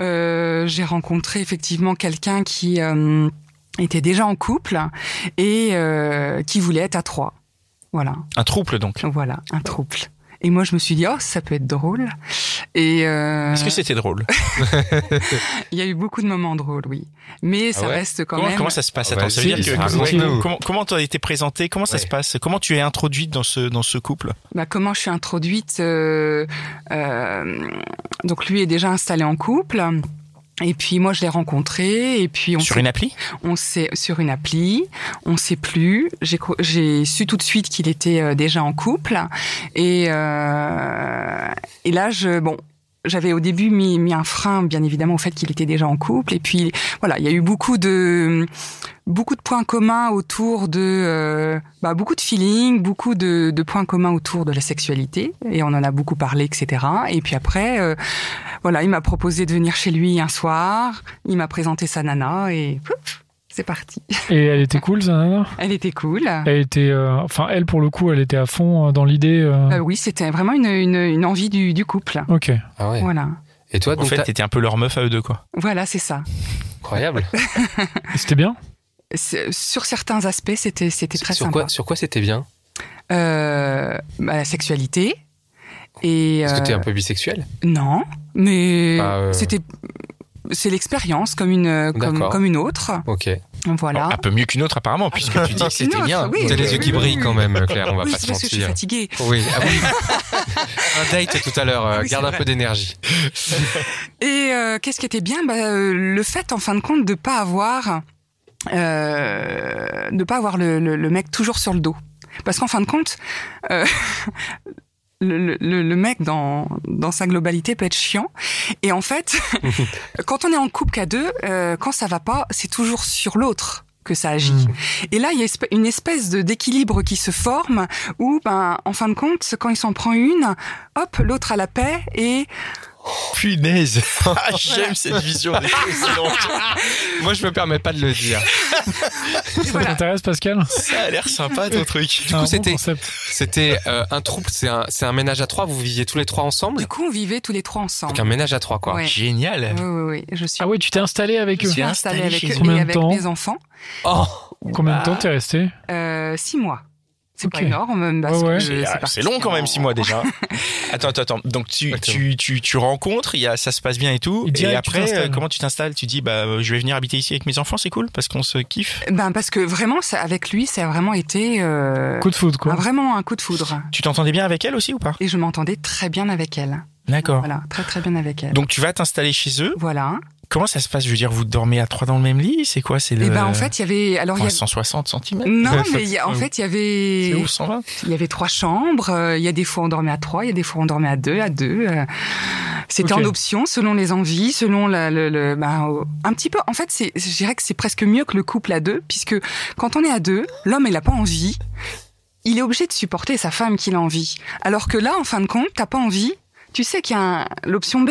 D: Euh, j'ai rencontré effectivement quelqu'un qui euh, était déjà en couple et euh, qui voulait être à trois. Voilà,
A: Un trouble donc.
D: voilà, un trouble. Et moi, je me suis dit, oh, ça peut être drôle. Et euh,
A: Est-ce que c'était drôle
D: il y a eu beaucoup de moments drôles, oui. Mais ça
C: ouais
D: reste quand
A: Ah comment,
D: même.
A: comment ça se passe
C: Ah,
A: Attends,
C: vas-y,
A: ça veut dire que
C: raconte-nous.
A: comment- comment comment t'as été présenté Comment ça
C: Ouais.
A: se passe Comment tu es introduite dans ce dans ce couple
D: bah, comment je suis introduite. euh, euh, donc, lui est déjà installé en couple. Et puis moi je l'ai rencontré et puis on
A: sur
D: s'est-
A: une appli
D: on s'est sur une appli, on sait plus. J'ai cro- j'ai su tout de suite qu'il était euh, déjà en couple et euh, et là je bon. J'avais au début mis, mis un frein, bien évidemment, au fait qu'il était déjà en couple. Et puis, voilà, il y a eu beaucoup de beaucoup de points communs autour de euh, bah, beaucoup de feeling, beaucoup de, de points communs autour de la sexualité. Et on en a beaucoup parlé, etc. Et puis après, euh, voilà, il m'a proposé de venir chez lui un soir. Il m'a présenté sa nana et pouf, c'est parti.
B: Et elle était cool, ça, nana
D: Elle était cool.
B: Elle était, euh, enfin, elle pour le coup, elle était à fond euh, dans l'idée. euh,
D: Euh, oui, c'était vraiment une, une, une envie du, du couple.
B: Ok.
C: Ah ouais.
D: Voilà.
C: Et toi,
A: En
C: donc,
A: fait,
C: t'as-
A: t'étais un peu leur meuf à eux deux quoi.
D: Voilà, c'est ça.
C: incroyable.
B: Et C'était bien.
D: C'est- Sur certains aspects, c'était c'était très
C: sur,
D: sympa.
C: quoi, sur quoi c'était bien
D: Euh, bah, la sexualité. Et
C: Est-ce que t'es
D: euh,
C: un peu bisexuel
D: non, mais
C: Ah, euh.
D: c'était c'est l'expérience comme une comme,
C: D'accord.
D: comme une autre.
C: Ok.
D: Voilà.
A: Alors, un peu mieux qu'une autre apparemment puisque tu dis que
D: Une
A: c'était
D: autre,
A: bien.
D: Ah, oui,
C: T'as
D: oui,
C: les yeux
D: oui,
C: qui
D: oui,
C: brillent
D: oui.
C: quand même, Claire, on va
D: oui,
C: pas
D: c'est
C: se
D: parce que je suis
C: mentir.
D: fatiguée. Ah
C: Oui, ah oui. un date tout à l'heure, euh,
D: Oui, c'est
C: garde un
D: vrai.
C: peu d'énergie.
D: Et euh, qu'est-ce qui était bien bah, euh, Le fait, en fin de compte, de pas avoir, euh, de pas avoir le, le- le mec toujours sur le dos. Parce qu'en fin de compte, euh, le, le- le mec dans, dans sa globalité peut être chiant. Et en fait, quand on est en couple qu'à deux, euh, quand ça va pas, c'est toujours sur l'autre que ça agit. Et là, il y a esp- une espèce de d'équilibre qui se forme où, ben, en fin de compte, quand il s'en prend une, hop, l'autre a la paix et
A: Punaise Ah, J'aime cette vision des choses.
C: Moi, je me permets pas de le dire.
B: Ça
D: voilà.
B: t'intéresse, Pascal
A: Ça a l'air sympa ton truc.
B: C'est un bon
C: c'était-
B: concept.
C: C'était euh, un trouble, c'est un, c'est un ménage à trois, vous viviez tous les trois ensemble
D: Du coup, on vivait tous les trois ensemble.
C: Donc un ménage à trois, quoi.
D: Ouais.
A: Génial.
D: Oui, oui, oui. Je suis
B: Ah ouais, tu t'es installé avec
D: je
B: eux.
D: suis installée
A: installée
D: avec
A: chez
D: eux
B: eux. Combien
D: et
B: de
D: avec
B: temps
D: mes enfants.
C: Oh
B: Combien de temps t'es resté
D: Euh, six mois. C'est pas
B: Ok.
D: énorme. parce
B: Ouais, ouais.
D: que
A: Et, ah,
D: parti
A: C'est long quand même
D: en-
A: six mois déjà. attends, attends, attends. Donc tu,
C: Attends.
A: tu, tu, tu rencontres, il y a, ça se passe bien et tout.
B: Et
A: Et,
B: direct, tu
A: après,
B: t'installes.
A: euh, comment tu t'installes Tu dis, bah, euh, je vais venir habiter ici avec mes enfants, c'est cool parce qu'on se kiffe.
D: Ben, parce que vraiment, ça, avec lui, ça a vraiment été euh,
B: Coup de foudre,
D: un-
B: quoi.
D: vraiment un coup de foudre.
A: Tu t'entendais bien avec elle aussi ou pas
D: Et je m'entendais très bien avec elle.
A: D'accord.
D: Voilà, très très bien avec elle.
A: Donc tu vas t'installer chez eux.
D: voilà.
A: Comment ça se passe Je veux dire, vous dormez à trois dans le même lit C'est quoi C'est le.
D: Et ben en fait, il y avait alors il y
A: Ouais,
D: a-
A: 160 cm
D: non, mais il y a- en fait, il y
A: C'est
D: avait
A: ouf, 120
D: il y avait trois chambres. euh, Il y a des fois on dormait à trois, il y a des fois on dormait à deux, à deux. euh. C'était
B: Ok.
D: en option selon les envies, selon la, le, le- ben, euh, un petit peu. En fait, c'est, je dirais que c'est presque mieux que le couple à deux, puisque quand on est à deux, l'homme il a pas envie, il est obligé de supporter sa femme qu'il a envie. Alors que là, en fin de compte, t'as pas envie, tu sais qu'il y a un- l'option B.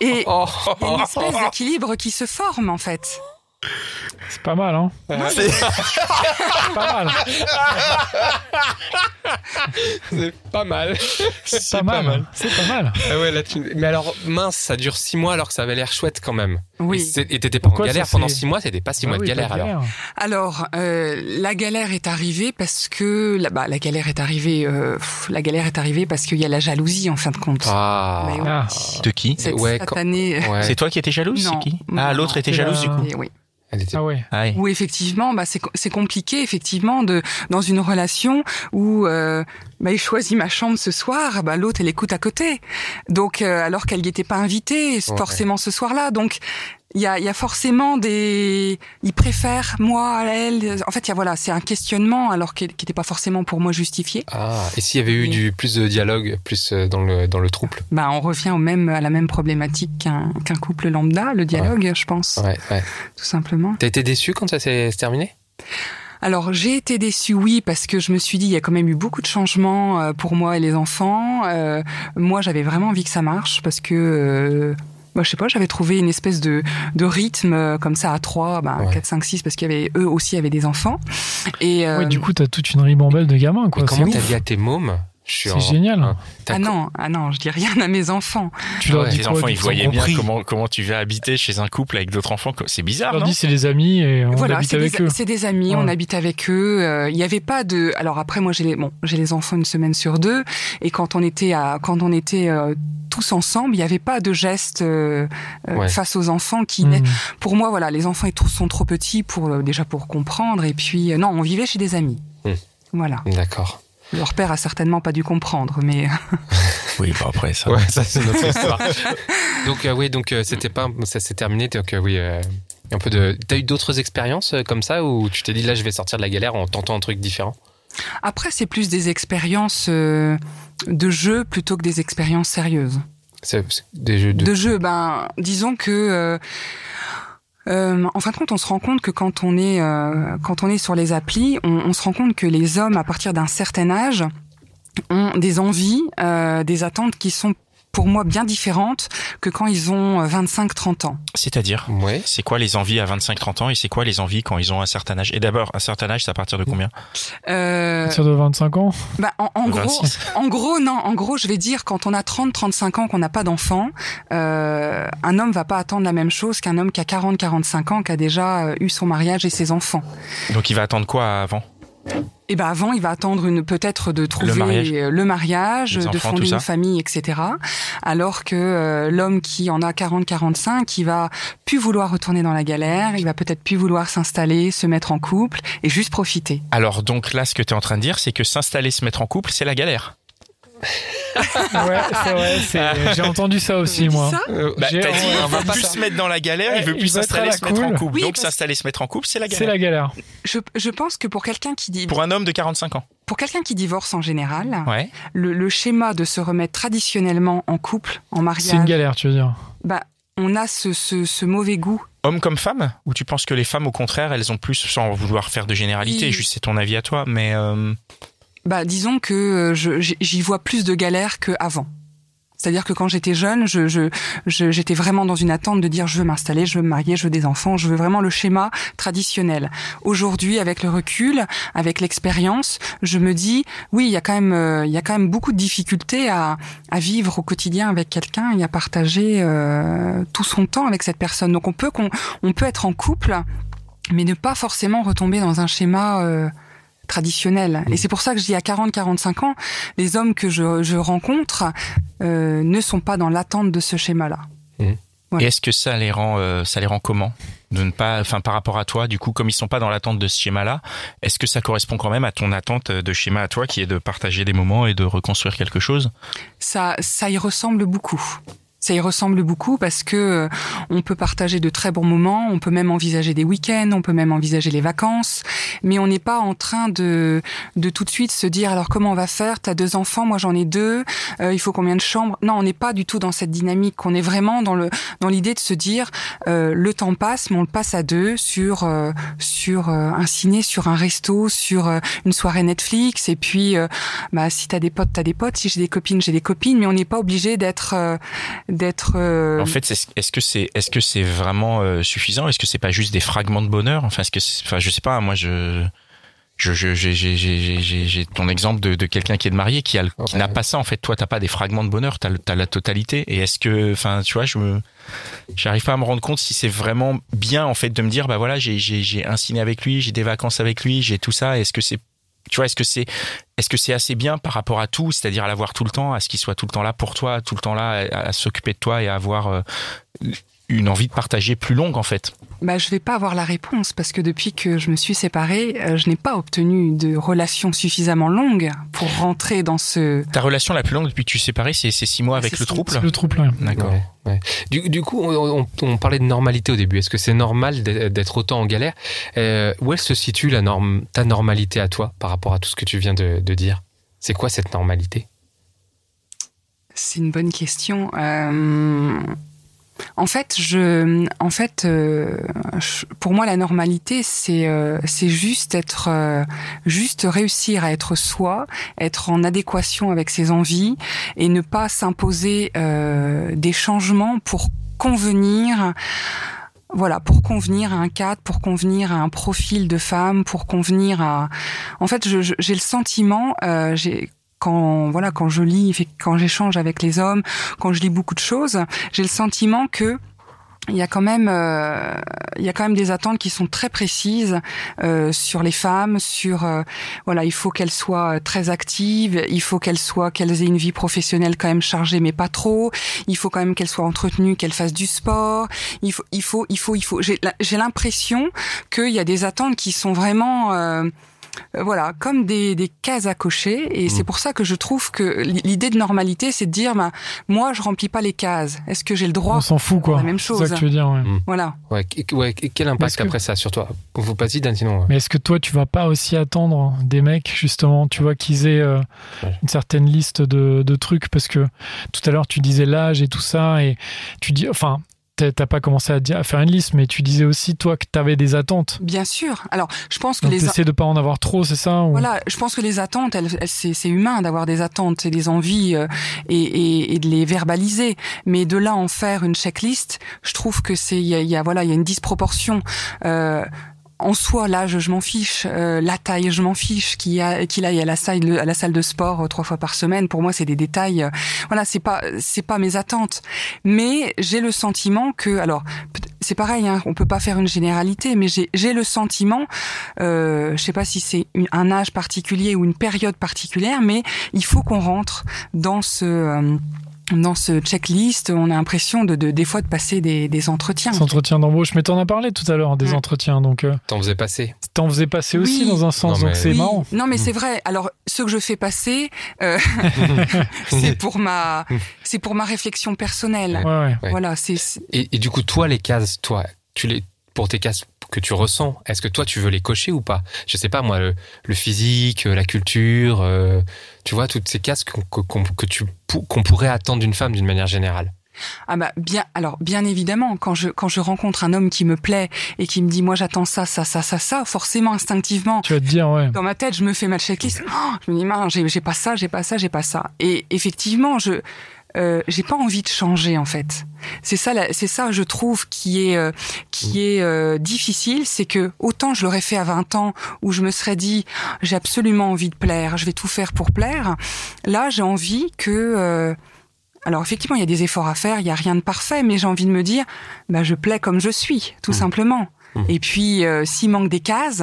D: Et
C: Oh,
D: il y a une espèce d'équilibre qui se forme en fait.
B: C'est pas mal, hein
A: C'est-
B: C'est pas mal.
C: c'est pas mal.
B: C'est pas mal. C'est pas mal.
C: Ah ouais, là, tu- Mais alors, mince, ça dure six mois alors que ça avait l'air chouette quand même. Et
D: Oui.
C: c'est- Et t'étais pas
B: Pourquoi
C: en
B: ça,
C: galère pendant
B: c'est-
C: six mois, t'étais pas six
B: Bah
C: mois
B: oui,
C: de galère
B: pas
C: alors.
D: Alors, euh, la galère est arrivée parce que là, bah, la galère est arrivée. euh, pff, la galère est arrivée parce qu'il y a la jalousie en fin de compte.
C: Ah.
D: Mais oui.
B: Ah.
A: De qui
D: Cette
C: Ouais, quand-
D: satanée-
C: Ouais.
A: C'est toi qui étais jalouse
D: Non.
A: C'est qui
D: Non,
A: Ah,
D: non,
A: l'autre
D: non.
A: était
B: C'est
A: jalouse
B: la-
A: du coup.
D: Et oui.
C: Elle était-
B: Ah ouais.
A: Ah ouais.
D: Où effectivement, bah, c'est c'est compliqué effectivement de dans une relation où euh, bah, il choisit ma chambre ce soir, bah, l'autre elle écoute à côté. Donc euh, alors qu'elle n'y était pas invitée
C: Ouais.
D: forcément ce soir-là, donc il y a, il y a forcément des, ils préfèrent moi à elle. En fait, il y a voilà, c'est un questionnement alors qu'il n'était pas forcément pour moi justifié.
C: Ah, et s'il y avait eu
D: Oui.
C: du plus de dialogue, plus euh, dans le dans le trouble.
D: Bah, on revient au même, à la même problématique qu'un qu'un couple lambda, le dialogue, je
B: Ah,
D: pense,
C: Ouais, ouais.
D: tout simplement.
C: T'as été déçu quand ça s'est terminé
D: Alors j'ai été déçue, oui, parce que je me suis dit il y a quand même eu beaucoup de changements euh, pour moi et les enfants. Euh, moi j'avais vraiment envie que ça marche parce que. euh, bah, je sais pas, j'avais trouvé une espèce de, de rythme euh, comme ça à 3, bah,
C: Ouais.
D: 4, 5, 6, parce qu'il y avait eux aussi avaient des enfants. Et euh,
B: Ouais, du coup, t'as toute une ribambelle de gamins, quoi.
C: Mais
B: C'est
C: Comment t'as
B: ouf.
C: dit à tes mômes Je suis
B: C'est
C: en-
B: génial.
C: hein. T'as
D: ah
C: co-
D: non, ah non, je dis rien à mes enfants.
B: Tu leur
C: Ouais,
B: dis
A: les
B: quoi,
A: enfants,
B: du
A: ils
B: coup
A: voyaient bien
B: compris.
A: comment, comment tu vas habiter chez un couple avec d'autres enfants. C'est
B: Tu
A: bizarre,
B: leur
A: non
B: dis c'est les amis et on
D: voilà,
B: habite
D: c'est
B: avec
D: des,
B: eux.
D: c'est des amis, on
B: Ouais.
D: habite avec eux. Euh, Il n'y avait pas de. Alors après, moi j'ai les bon, j'ai les enfants une semaine sur deux, et quand on était à quand on était euh, tous ensemble, il n'y avait pas de gestes euh, euh,
C: Ouais.
D: face aux enfants qui.
B: Mm.
D: Pour moi, voilà, les enfants ils trou- sont trop petits pour euh, déjà pour comprendre, et puis euh, non, on vivait chez des amis.
C: Mm.
D: Voilà.
C: D'accord.
D: Leur père a certainement pas dû comprendre, mais
A: Oui, bah après ça.
C: Ouais, ça c'est notre histoire. donc euh, oui, donc euh, c'était pas ça s'est terminé donc euh, oui euh, un peu de t'as eu d'autres expériences euh, comme ça où tu t'es dit là je vais sortir de la galère en tentant un truc différent.
D: après c'est plus des expériences euh, de jeu plutôt que des expériences sérieuses.
C: C'est c'est des jeux de,
D: de jeu ben disons que euh, euh, en fin de compte, on se rend compte que quand on est euh, quand on est sur les applis, on, on se rend compte que les hommes, à partir d'un certain âge, ont des envies, euh, des attentes qui sont pour moi bien différentes que quand ils ont 25-30 ans.
A: C'est-à-dire
C: ouais.
A: c'est quoi les envies à 25-30 ans et c'est quoi les envies quand ils ont un certain âge Et d'abord, un certain âge, c'est à partir de combien
D: Euh,
B: À partir de 25 ans,
D: bah, en, en gros,
A: 26.
D: en gros, non, en gros, je vais dire quand on a 30-35 ans, qu'on n'a pas d'enfant, euh, un homme va pas attendre la même chose qu'un homme qui a 40-45 ans, qui a déjà euh, eu son mariage et ses enfants.
A: Donc il va attendre quoi avant
D: Et ben avant, il va attendre une peut-être de trouver
A: mariage.
D: euh, le mariage,
A: Les
D: de
A: enfants,
D: fonder
A: tout ça.
D: une famille, etc. Alors que euh, l'homme qui en a 40-45, il va plus vouloir retourner dans la galère, il va peut-être plus vouloir s'installer, se mettre en couple et juste profiter.
A: Alors donc là, ce que tu es en train de dire, c'est que s'installer, se mettre en couple, c'est la galère.
B: ouais, c'est vrai. c'est- Euh, J'ai entendu ça aussi, moi.
D: Ça
C: Euh,
A: Bah,
B: J'ai-
A: t'as dit,
B: on
A: il
B: va
A: veut
B: pas
A: plus
B: faire-
A: se mettre dans la galère,
B: Ouais,
A: il veut
B: il
A: plus
B: veut être à
A: s'installer,
B: la
A: se mettre en
B: cool.
A: couple.
D: Oui,
A: donc
D: parce-
A: s'installer, se mettre en couple, c'est la
B: C'est
A: galère.
B: la galère.
D: je, je pense que pour quelqu'un qui dit,
A: Pour un homme de 45 ans.
D: pour quelqu'un qui divorce en général,
A: Ouais.
D: le, le schéma de se remettre traditionnellement en couple, en
B: C'est une
D: mariage,
B: galère, tu veux dire.
D: bah on a ce, ce, ce mauvais goût.
A: Homme comme femme Ou tu penses que les femmes, au contraire, elles ont plus, sans vouloir faire de généralité,
D: Oui.
A: juste c'est ton avis à toi, mais euh,
D: Bah, disons que euh, je- j'y j'y vois plus de galères qu'avant. C'est-à-dire que quand j'étais jeune, je, je, je- j'étais vraiment dans une attente de dire je veux m'installer, je veux me marier, je veux des enfants, je veux vraiment le schéma traditionnel. Aujourd'hui, avec le recul, avec l'expérience, je me dis oui, il y a quand même, euh, il y a quand même beaucoup de difficultés à, à vivre au quotidien avec quelqu'un et à partager euh, tout son temps avec cette personne. Donc on peut qu'on, on peut être en couple, mais ne pas forcément retomber dans un schéma. euh, traditionnel. Et c'est pour ça que je dis à 40-45 ans, les hommes que je, je rencontre euh, ne sont pas dans l'attente de ce schéma-là. Ouais.
A: et est-ce que ça les rend, euh, ça les rend comment de ne pas, enfin par rapport à toi, du coup, comme ils sont pas dans l'attente de ce schéma-là, est-ce que ça correspond quand même à ton attente de schéma à toi, qui est de partager des moments et de reconstruire quelque chose
D: ça, ça y ressemble beaucoup. Ça y ressemble beaucoup parce que euh, on peut partager de très bons moments, on peut même envisager des week-ends, on peut même envisager les vacances, mais on n'est pas en train de, de tout de suite se dire alors comment on va faire T'as deux enfants, moi j'en ai deux, euh, il faut combien de chambres Non, on n'est pas du tout dans cette dynamique. On est vraiment dans le dans l'idée de se dire euh, le temps passe, mais on le passe à deux sur euh, sur euh, un ciné, sur un resto, sur euh, une soirée Netflix, et puis euh, bah, si t'as des potes, t'as des potes. Si j'ai des copines, j'ai des copines. Mais on n'est pas obligé d'être, euh, d'être. euh,
A: En fait, c'est- est-ce que c'est est-ce que c'est vraiment euh, suffisant Est-ce que c'est pas juste des fragments de bonheur Enfin, est-ce que c'est- enfin, je sais pas. Moi, je je je- j'ai j'ai- j'ai- j'ai- j'ai- j'ai ton exemple de, de quelqu'un qui est de marié qui a le- qui
C: Ouais.
A: n'a pas ça. En fait, toi, t'as pas des fragments de bonheur. T'as le- t'as la totalité. Et est-ce que enfin, tu vois, je me j'arrive pas à me rendre compte si c'est vraiment bien en fait de me dire bah voilà, j'ai j'ai j'ai un ciné avec lui, j'ai des vacances avec lui, j'ai tout ça. Est-ce que c'est tu vois, est-ce que c'est est-ce que c'est assez bien par rapport à tout, c'est-à-dire à l'avoir tout le temps, à ce qu'il soit tout le temps là pour toi, tout le temps là, à, à s'occuper de toi et à avoir euh, eu- une envie de partager plus longue en fait
D: bah, je vais pas avoir la réponse parce que depuis que je me suis séparée, euh, je n'ai pas obtenu de relation suffisamment longue pour rentrer dans ce.
A: Ta relation la plus longue depuis que tu es séparé, c'est c'est six mois avec
D: C'est
A: le
D: six-
A: trouble
B: Le trouble, ouais.
A: D'accord.
C: Ouais, ouais. Du, du coup, on, on- on parlait de normalité au début. Est-ce que c'est normal d'être d'être autant en galère Euh, Où elle se situe la norme, ta normalité à toi par rapport à tout ce que tu viens de, de dire C'est quoi cette normalité
D: C'est une bonne question. Euh, En fait, je, en fait, euh, je- pour moi, la normalité, c'est, euh, c'est juste être, euh, juste réussir à être soi, être en adéquation avec ses envies et ne pas s'imposer euh, des changements pour convenir. Voilà, pour convenir à un cadre, pour convenir à un profil de femme, pour convenir à. En fait, je- je- j'ai le sentiment, euh, j'ai quand voilà, quand je lis, fait- quand j'échange avec les hommes, quand je lis beaucoup de choses, j'ai le sentiment que il y a quand même euh, il y a quand même des attentes qui sont très précises euh, sur les femmes sur euh, voilà il faut qu'elles soient euh, très actives il faut qu'elles soient qu'elles aient une vie professionnelle quand même chargée mais pas trop il faut quand même qu'elles soient entretenues qu'elles fassent du sport il faut il faut il faut il faut j'ai la- j'ai l'impression qu'il y a des attentes qui sont vraiment euh, euh, voilà, comme des, des cases à cocher, et c'est pour ça que je trouve que l- l'idée de normalité, c'est de dire, bah, moi, je remplis pas les cases. Est-ce que j'ai le droit
B: On s'en fout, quoi.
D: la même
B: C'est
D: chose. Mm.
B: ça que tu veux dire, ouais.
D: Voilà.
C: ouais, qu- ouais, qu- Quel
B: Est-ce
C: impact
B: que-
C: après ça sur toi Vous passez d'un sinon. euh, ouais.
B: Mais est-ce que toi, tu vas pas aussi attendre des mecs, justement, tu vois, qu'ils aient euh,
C: Ouais.
B: une certaine liste de, de trucs Parce que tout à l'heure, tu disais l'âge et tout ça, et tu dis, enfin, t'as t'as pas commencé à, dire- à faire une liste, mais tu disais aussi, toi, que t'avais des attentes.
D: Bien sûr. Alors, je pense que
B: Donc,
D: les,
B: t'essaies de pas en avoir trop, c'est ça ou-
D: Voilà, je pense que les attentes, elles, elles- c'est c'est humain d'avoir des attentes et des envies euh, et, et- et de les verbaliser. Mais de là à en faire une checklist, je trouve que c'est il y a, il y a- voilà il y a une disproportion. Euh, en soi, l'âge, je m'en fiche. euh, la taille, je m'en fiche. Qu'il y a- qu'il aille à la salle, de- à la salle de sport euh, trois fois par semaine, pour moi, c'est des détails. euh, voilà, c'est pas, c'est pas mes attentes. Mais j'ai le sentiment que, alors, peut- c'est pareil. Hein, on peut pas faire une généralité, mais j'ai j'ai le sentiment euh, je sais pas si c'est une- un âge particulier ou une période particulière, mais il faut qu'on rentre dans ce euh, dans ce checklist. On a l'impression de, de- des fois de passer des, des entretiens.
B: Cet entretien d'embauche. Mais t'en as parlé tout à l'heure, des
D: Mm.
B: entretiens, donc euh,
C: T'en faisais passer
B: t'en faisais passer
D: Oui.
B: aussi dans un sens,
C: Non, mais-
B: donc c'est
D: Oui.
B: marrant. Mmh.
D: Non, mais
C: Mm.
D: c'est vrai. Alors, ce que je fais passer, euh, c'est pour ma, c'est pour ma réflexion personnelle.
B: Ouais, ouais.
C: Ouais.
D: Voilà, c'est c'est-
C: et, et du coup, toi, les cases, toi, tu les, pour tes cases que tu ressens, est-ce que toi, tu veux les cocher ou pas Je sais pas, moi, le, le physique, euh, la culture, euh, tu vois, toutes ces cases qu'on qu'on- que tu pou- qu'on pourrait attendre d'une femme d'une manière générale.
D: Ah bah bien alors bien évidemment quand je quand je rencontre un homme qui me plaît et qui me dit moi j'attends ça ça ça ça ça forcément instinctivement
B: Tu vas te dire, ouais.
D: dans ma tête, je me fais ma checklist. Oh, je me dis, mince, j'ai j'ai pas ça, j'ai pas ça, j'ai pas ça. Et effectivement, je euh, j'ai pas envie de changer en fait. C'est ça, la- c'est ça, je trouve qui est euh, qui est euh, difficile, c'est que autant je l'aurais fait à 20 ans où je me serais dit j'ai absolument envie de plaire, je vais tout faire pour plaire. Là, j'ai envie que euh, alors effectivement, il y a des efforts à faire, il y a rien de parfait, mais j'ai envie de me dire bah je plais comme je suis, tout
C: Mm.
D: simplement.
C: Mm.
D: Et puis euh, s'il manque des cases,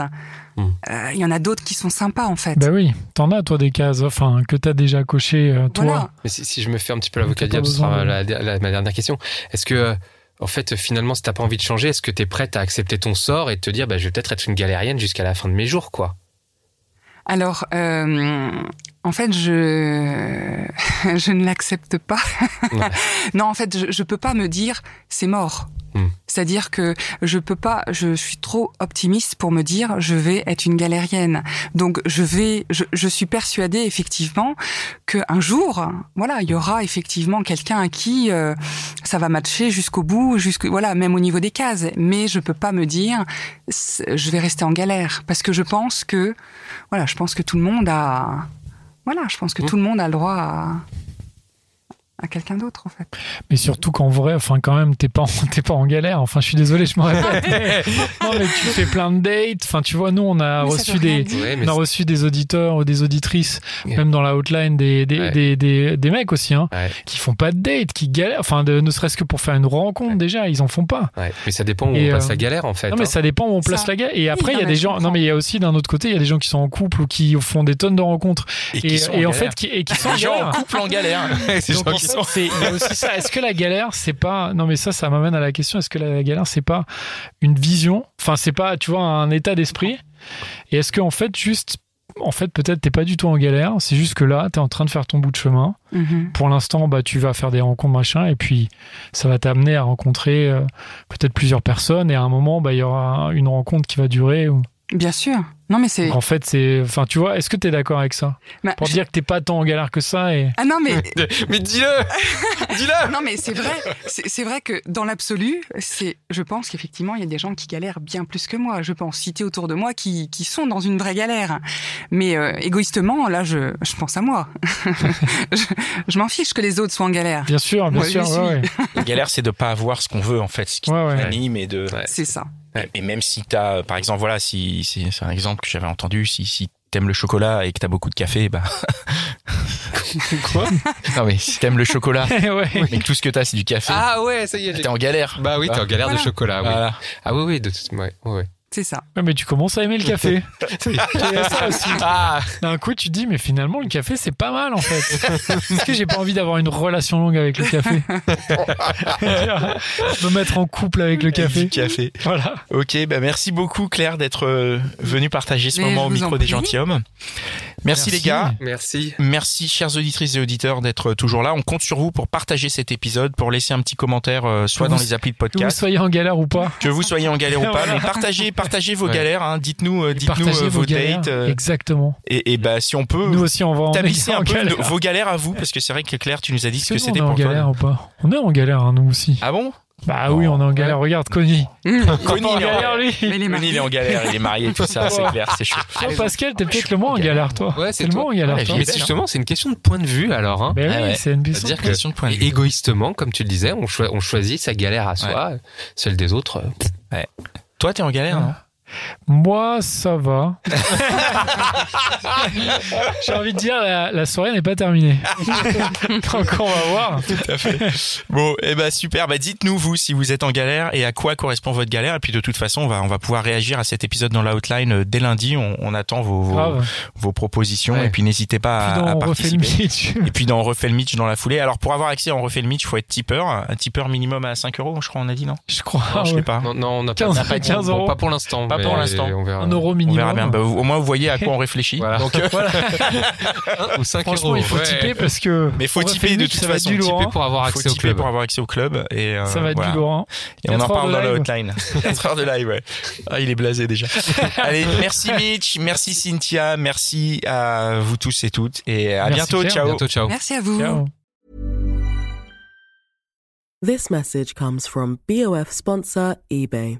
C: Mm.
D: euh, il y en a d'autres qui sont sympas en fait.
B: Bah oui, t'en as, toi, des cases, enfin, que t'as déjà coché, euh, toi.
D: voilà.
C: Mais si, si je me fais un petit peu
B: Donc,
C: l'avocat du
B: t'as pas
C: diable, ce sera
B: besoin de-
C: la- la- ma dernière question. Est-ce que, euh, en fait, finalement, si t'as pas envie de changer, est-ce que t'es prête à accepter ton sort et te dire, bah, je vais peut-être être une galérienne jusqu'à la fin de mes jours, quoi
D: Alors, euh, en fait, je, je ne l'accepte pas.
C: Ouais.
D: non, en fait, je, je peux pas me dire c'est mort.
C: Hmm.
D: C'est-à-dire que je peux pas, je suis trop optimiste pour me dire je vais être une galérienne. Donc je vais, je, je suis persuadée effectivement que un jour, voilà, il y aura effectivement quelqu'un à qui euh, ça va matcher jusqu'au bout, jusque voilà, même au niveau des cases. Mais je peux pas me dire c'est- je vais rester en galère parce que je pense que voilà, je pense que tout le monde a. Voilà, je pense que
B: Mmh.
C: Mm.
D: tout le monde a le droit à, à quelqu'un d'autre, en fait.
B: Mais surtout qu'en vrai, enfin, quand même, t'es pas, en- t'es pas en galère. Enfin, je suis désolé, je m'en répète. mais- non, mais tu fais plein de dates. Enfin, tu vois, nous, on a
D: Mais ça
B: reçu
D: veut rien
B: des.
D: dire.
C: Ouais, mais
B: On a reçu des auditeurs ou des auditrices,
C: Ouais.
B: même dans la outline des, des,
C: Ouais.
B: des, des- des mecs aussi, hein,
C: Ouais.
B: qui font pas de date, qui galèrent, enfin de- ne serait-ce que pour faire une rencontre
C: Ouais.
B: déjà, ils en font pas.
C: Ouais, mais ça dépend où
B: Et,
C: on passe
B: euh,
C: la galère en fait.
B: Non mais
C: hein.
B: ça dépend où on place
D: Ça.
B: la gueule. Et après il
D: non,
B: y a
D: mais
B: des
D: je
B: gens, non
D: comprends.
B: mais il y a aussi d'un autre côté il y a des gens qui sont en couple ou qui font des tonnes de rencontres
A: Et,
B: et,
A: qui sont
B: et en
A: galère.
B: fait qui, et qui sont en
A: Des gens en
B: galère.
A: couple en galère. Des
B: Donc
A: gens
B: on
A: qui façon.
B: c'est- il y a aussi ça. Est-ce que la galère, c'est pas. Non, mais ça, ça m'amène à la question. Est-ce que la galère, c'est pas une vision Enfin, c'est pas, tu vois, un état d'esprit Et est-ce qu'en fait, juste. En fait, peut-être t'es pas du tout en galère. C'est juste que là, t'es en train de faire ton bout de chemin.
D: Mhm.
B: Pour l'instant, bah, tu vas faire des rencontres, machin, et puis ça va t'amener à rencontrer euh, peut-être plusieurs personnes. Et à un moment, bah, il y aura une rencontre qui va durer. ou-
D: Bien sûr. Non, mais c'est.
B: Donc, en fait, c'est. Enfin, tu vois, est-ce que t'es d'accord avec ça
D: Bah,
B: Pour
D: je-
B: dire que t'es pas tant en galère que ça. Et...
D: Ah non, mais
C: Mais dis-le Dis-le
D: non mais c'est vrai, c'est c'est vrai que dans l'absolu, c'est, je pense qu'effectivement il y a des gens qui galèrent bien plus que moi. Je pense citer autour de moi qui, qui sont dans une vraie galère. Mais euh, égoïstement, là je, je pense à moi. je je m'en fiche que les autres soient en galère.
B: Bien sûr, bien
D: Moi, je
B: sûr.
D: suis.
B: ouais, ouais.
A: La galère, c'est de pas avoir ce qu'on veut, en fait, ce qui
B: Ouais, ouais.
A: nous anime et de.
C: Ouais.
D: C'est ça.
A: Et même si t'as, euh, par exemple, voilà, si, si- c'est un exemple que j'avais entendu, si, si t'aimes le chocolat et que t'as beaucoup de café, bah.
C: Quoi
A: Non, mais si t'aimes le chocolat,
B: ouais.
A: mais que tout ce que t'as, c'est du café,
C: Ah ouais, ça y est. j'ai-
A: t'es en galère.
C: Bah oui, t'es en galère
D: Voilà.
C: de chocolat. oui.
A: Voilà.
C: Ah oui, oui, de toute ouais, ouais.
D: C'est ça.
B: Ouais, mais tu commences à aimer le café. C'est ça aussi.
C: Ah
B: D'un coup, tu te dis, mais finalement, le café, c'est pas mal en fait. Est-ce que j'ai pas envie d'avoir une relation longue avec le café Me mettre en couple avec le
A: Du
B: café.
A: café.
B: Voilà.
A: Ok, bah merci beaucoup Claire d'être euh, venue partager ce
D: Mais
A: moment au
D: je vous en
A: micro des
D: prie.
A: gentilshommes. Merci, les gars.
C: Merci.
A: Merci chères auditrices et auditeurs d'être euh, toujours là. On compte sur vous pour partager cet épisode, pour laisser un petit commentaire euh, soit
B: Que
A: dans
B: vous-
A: les applis de
B: Que vous
A: podcast,
B: soyez en galère ou pas,
A: que vous soyez en galère ou pas,
B: Voilà.
A: mais partagez partagez vos
C: Ouais.
A: galères, hein. dites-nous euh, dites-nous
B: partagez
A: euh,
B: vos,
A: vos
B: galères.
A: dates euh,
B: Exactement.
A: et, et bah si on peut
B: Nous aussi, on va en,
A: tablissez un
B: en
A: peu
B: galère.
A: nos- vos galères à vous parce que c'est vrai que Claire tu nous as dit
B: Est-ce
A: ce que
B: que nous, on
A: c'était
B: est en
A: pour toi.
B: galère ou pas On est en galère, hein, nous aussi.
A: Ah bon
B: Bah oui, on est en galère. Regarde, Connie.
A: Connie,
B: En
A: il est en
B: galère,
A: galère.
B: lui.
D: Mmh. Mais les
A: Connie, il est en galère, il est marié tout ça, c'est clair, c'est chaud.
B: Toi, Pascal, t'es peut-être le moins en galère, toi.
C: Ouais,
B: T'es
C: c'est
B: le
C: toi.
B: moins Oh, en galère,
A: Ouais,
B: toi.
A: j'ai-
C: Mais c'est justement, c'est une question de point de vue alors. Hein.
B: Mais
A: Ah
B: oui,
A: ouais.
B: c'est une
C: C'est-à-dire
B: business.
C: que-
A: Question de point de
C: Et
A: vue.
C: égoïstement, comme tu le disais, on, choi- on choisit sa galère à soi, celle des autres. euh, pff,
A: Toi t'es en galère non
B: Moi, ça va. J'ai envie de dire, la, la soirée n'est pas terminée. Donc, on va voir.
A: Tout à fait. Bon, et ben super. Bah dites-nous vous si vous êtes en galère et à quoi correspond votre galère. Et puis de toute façon, on va on va pouvoir réagir à cet épisode dans l'outline euh, dès lundi. On, on attend vos vos,
B: Grave.
A: vos propositions
C: Ouais.
A: et puis n'hésitez pas
B: Puis
A: à,
B: non,
A: à
B: on refait le
A: participer.
B: pitch.
A: Et puis dans on refait le Mitch dans la foulée. Alors pour avoir accès à on refait le Mitch, faut être tipeur, un tipeur minimum à 5 euros, je crois on a dit non.
B: Je crois.
A: Non, je
B: Ah ouais.
A: sais pas.
C: Non, non, on n'a
B: 15,
C: pas, pas,
B: 15
C: bon,
B: Hein euros.
C: pas pour l'instant.
A: Pas
C: mais
A: pour l'instant.
C: On verra.
B: Un euro
A: On
B: minimum.
A: verra bien. Bah, vous- au moins vous voyez à quoi on réfléchit.
C: Voilà.
A: Donc, euh,
C: Ou 5
B: Franchement,
C: euros.
B: il faut
C: ouais.
B: tiper parce que.
A: Mais faut
B: on refait
A: tiper
B: le
A: de
B: pitch,
A: toute
B: ça va être
A: façon,
B: du
A: tiper
B: lourd, hein.
C: pour avoir
A: faut
C: accès au
A: tiper
C: club.
A: pour avoir accès au club et euh,
B: Ça va être
A: voilà.
B: du lourd. hein.
A: Et on en
B: Quatre heures
A: parle
B: de
A: dans la
B: live.
A: hotline. 4 heures de live, ouais. Ah, il est blasé déjà. Allez, merci Mitch, merci Cynthia, merci à vous tous et toutes. Et à
B: Merci
A: bientôt,
B: Claire,
A: ciao.
C: Bientôt, ciao.
D: Merci à vous.
B: Ciao.
E: This message comes from BOF sponsor eBay.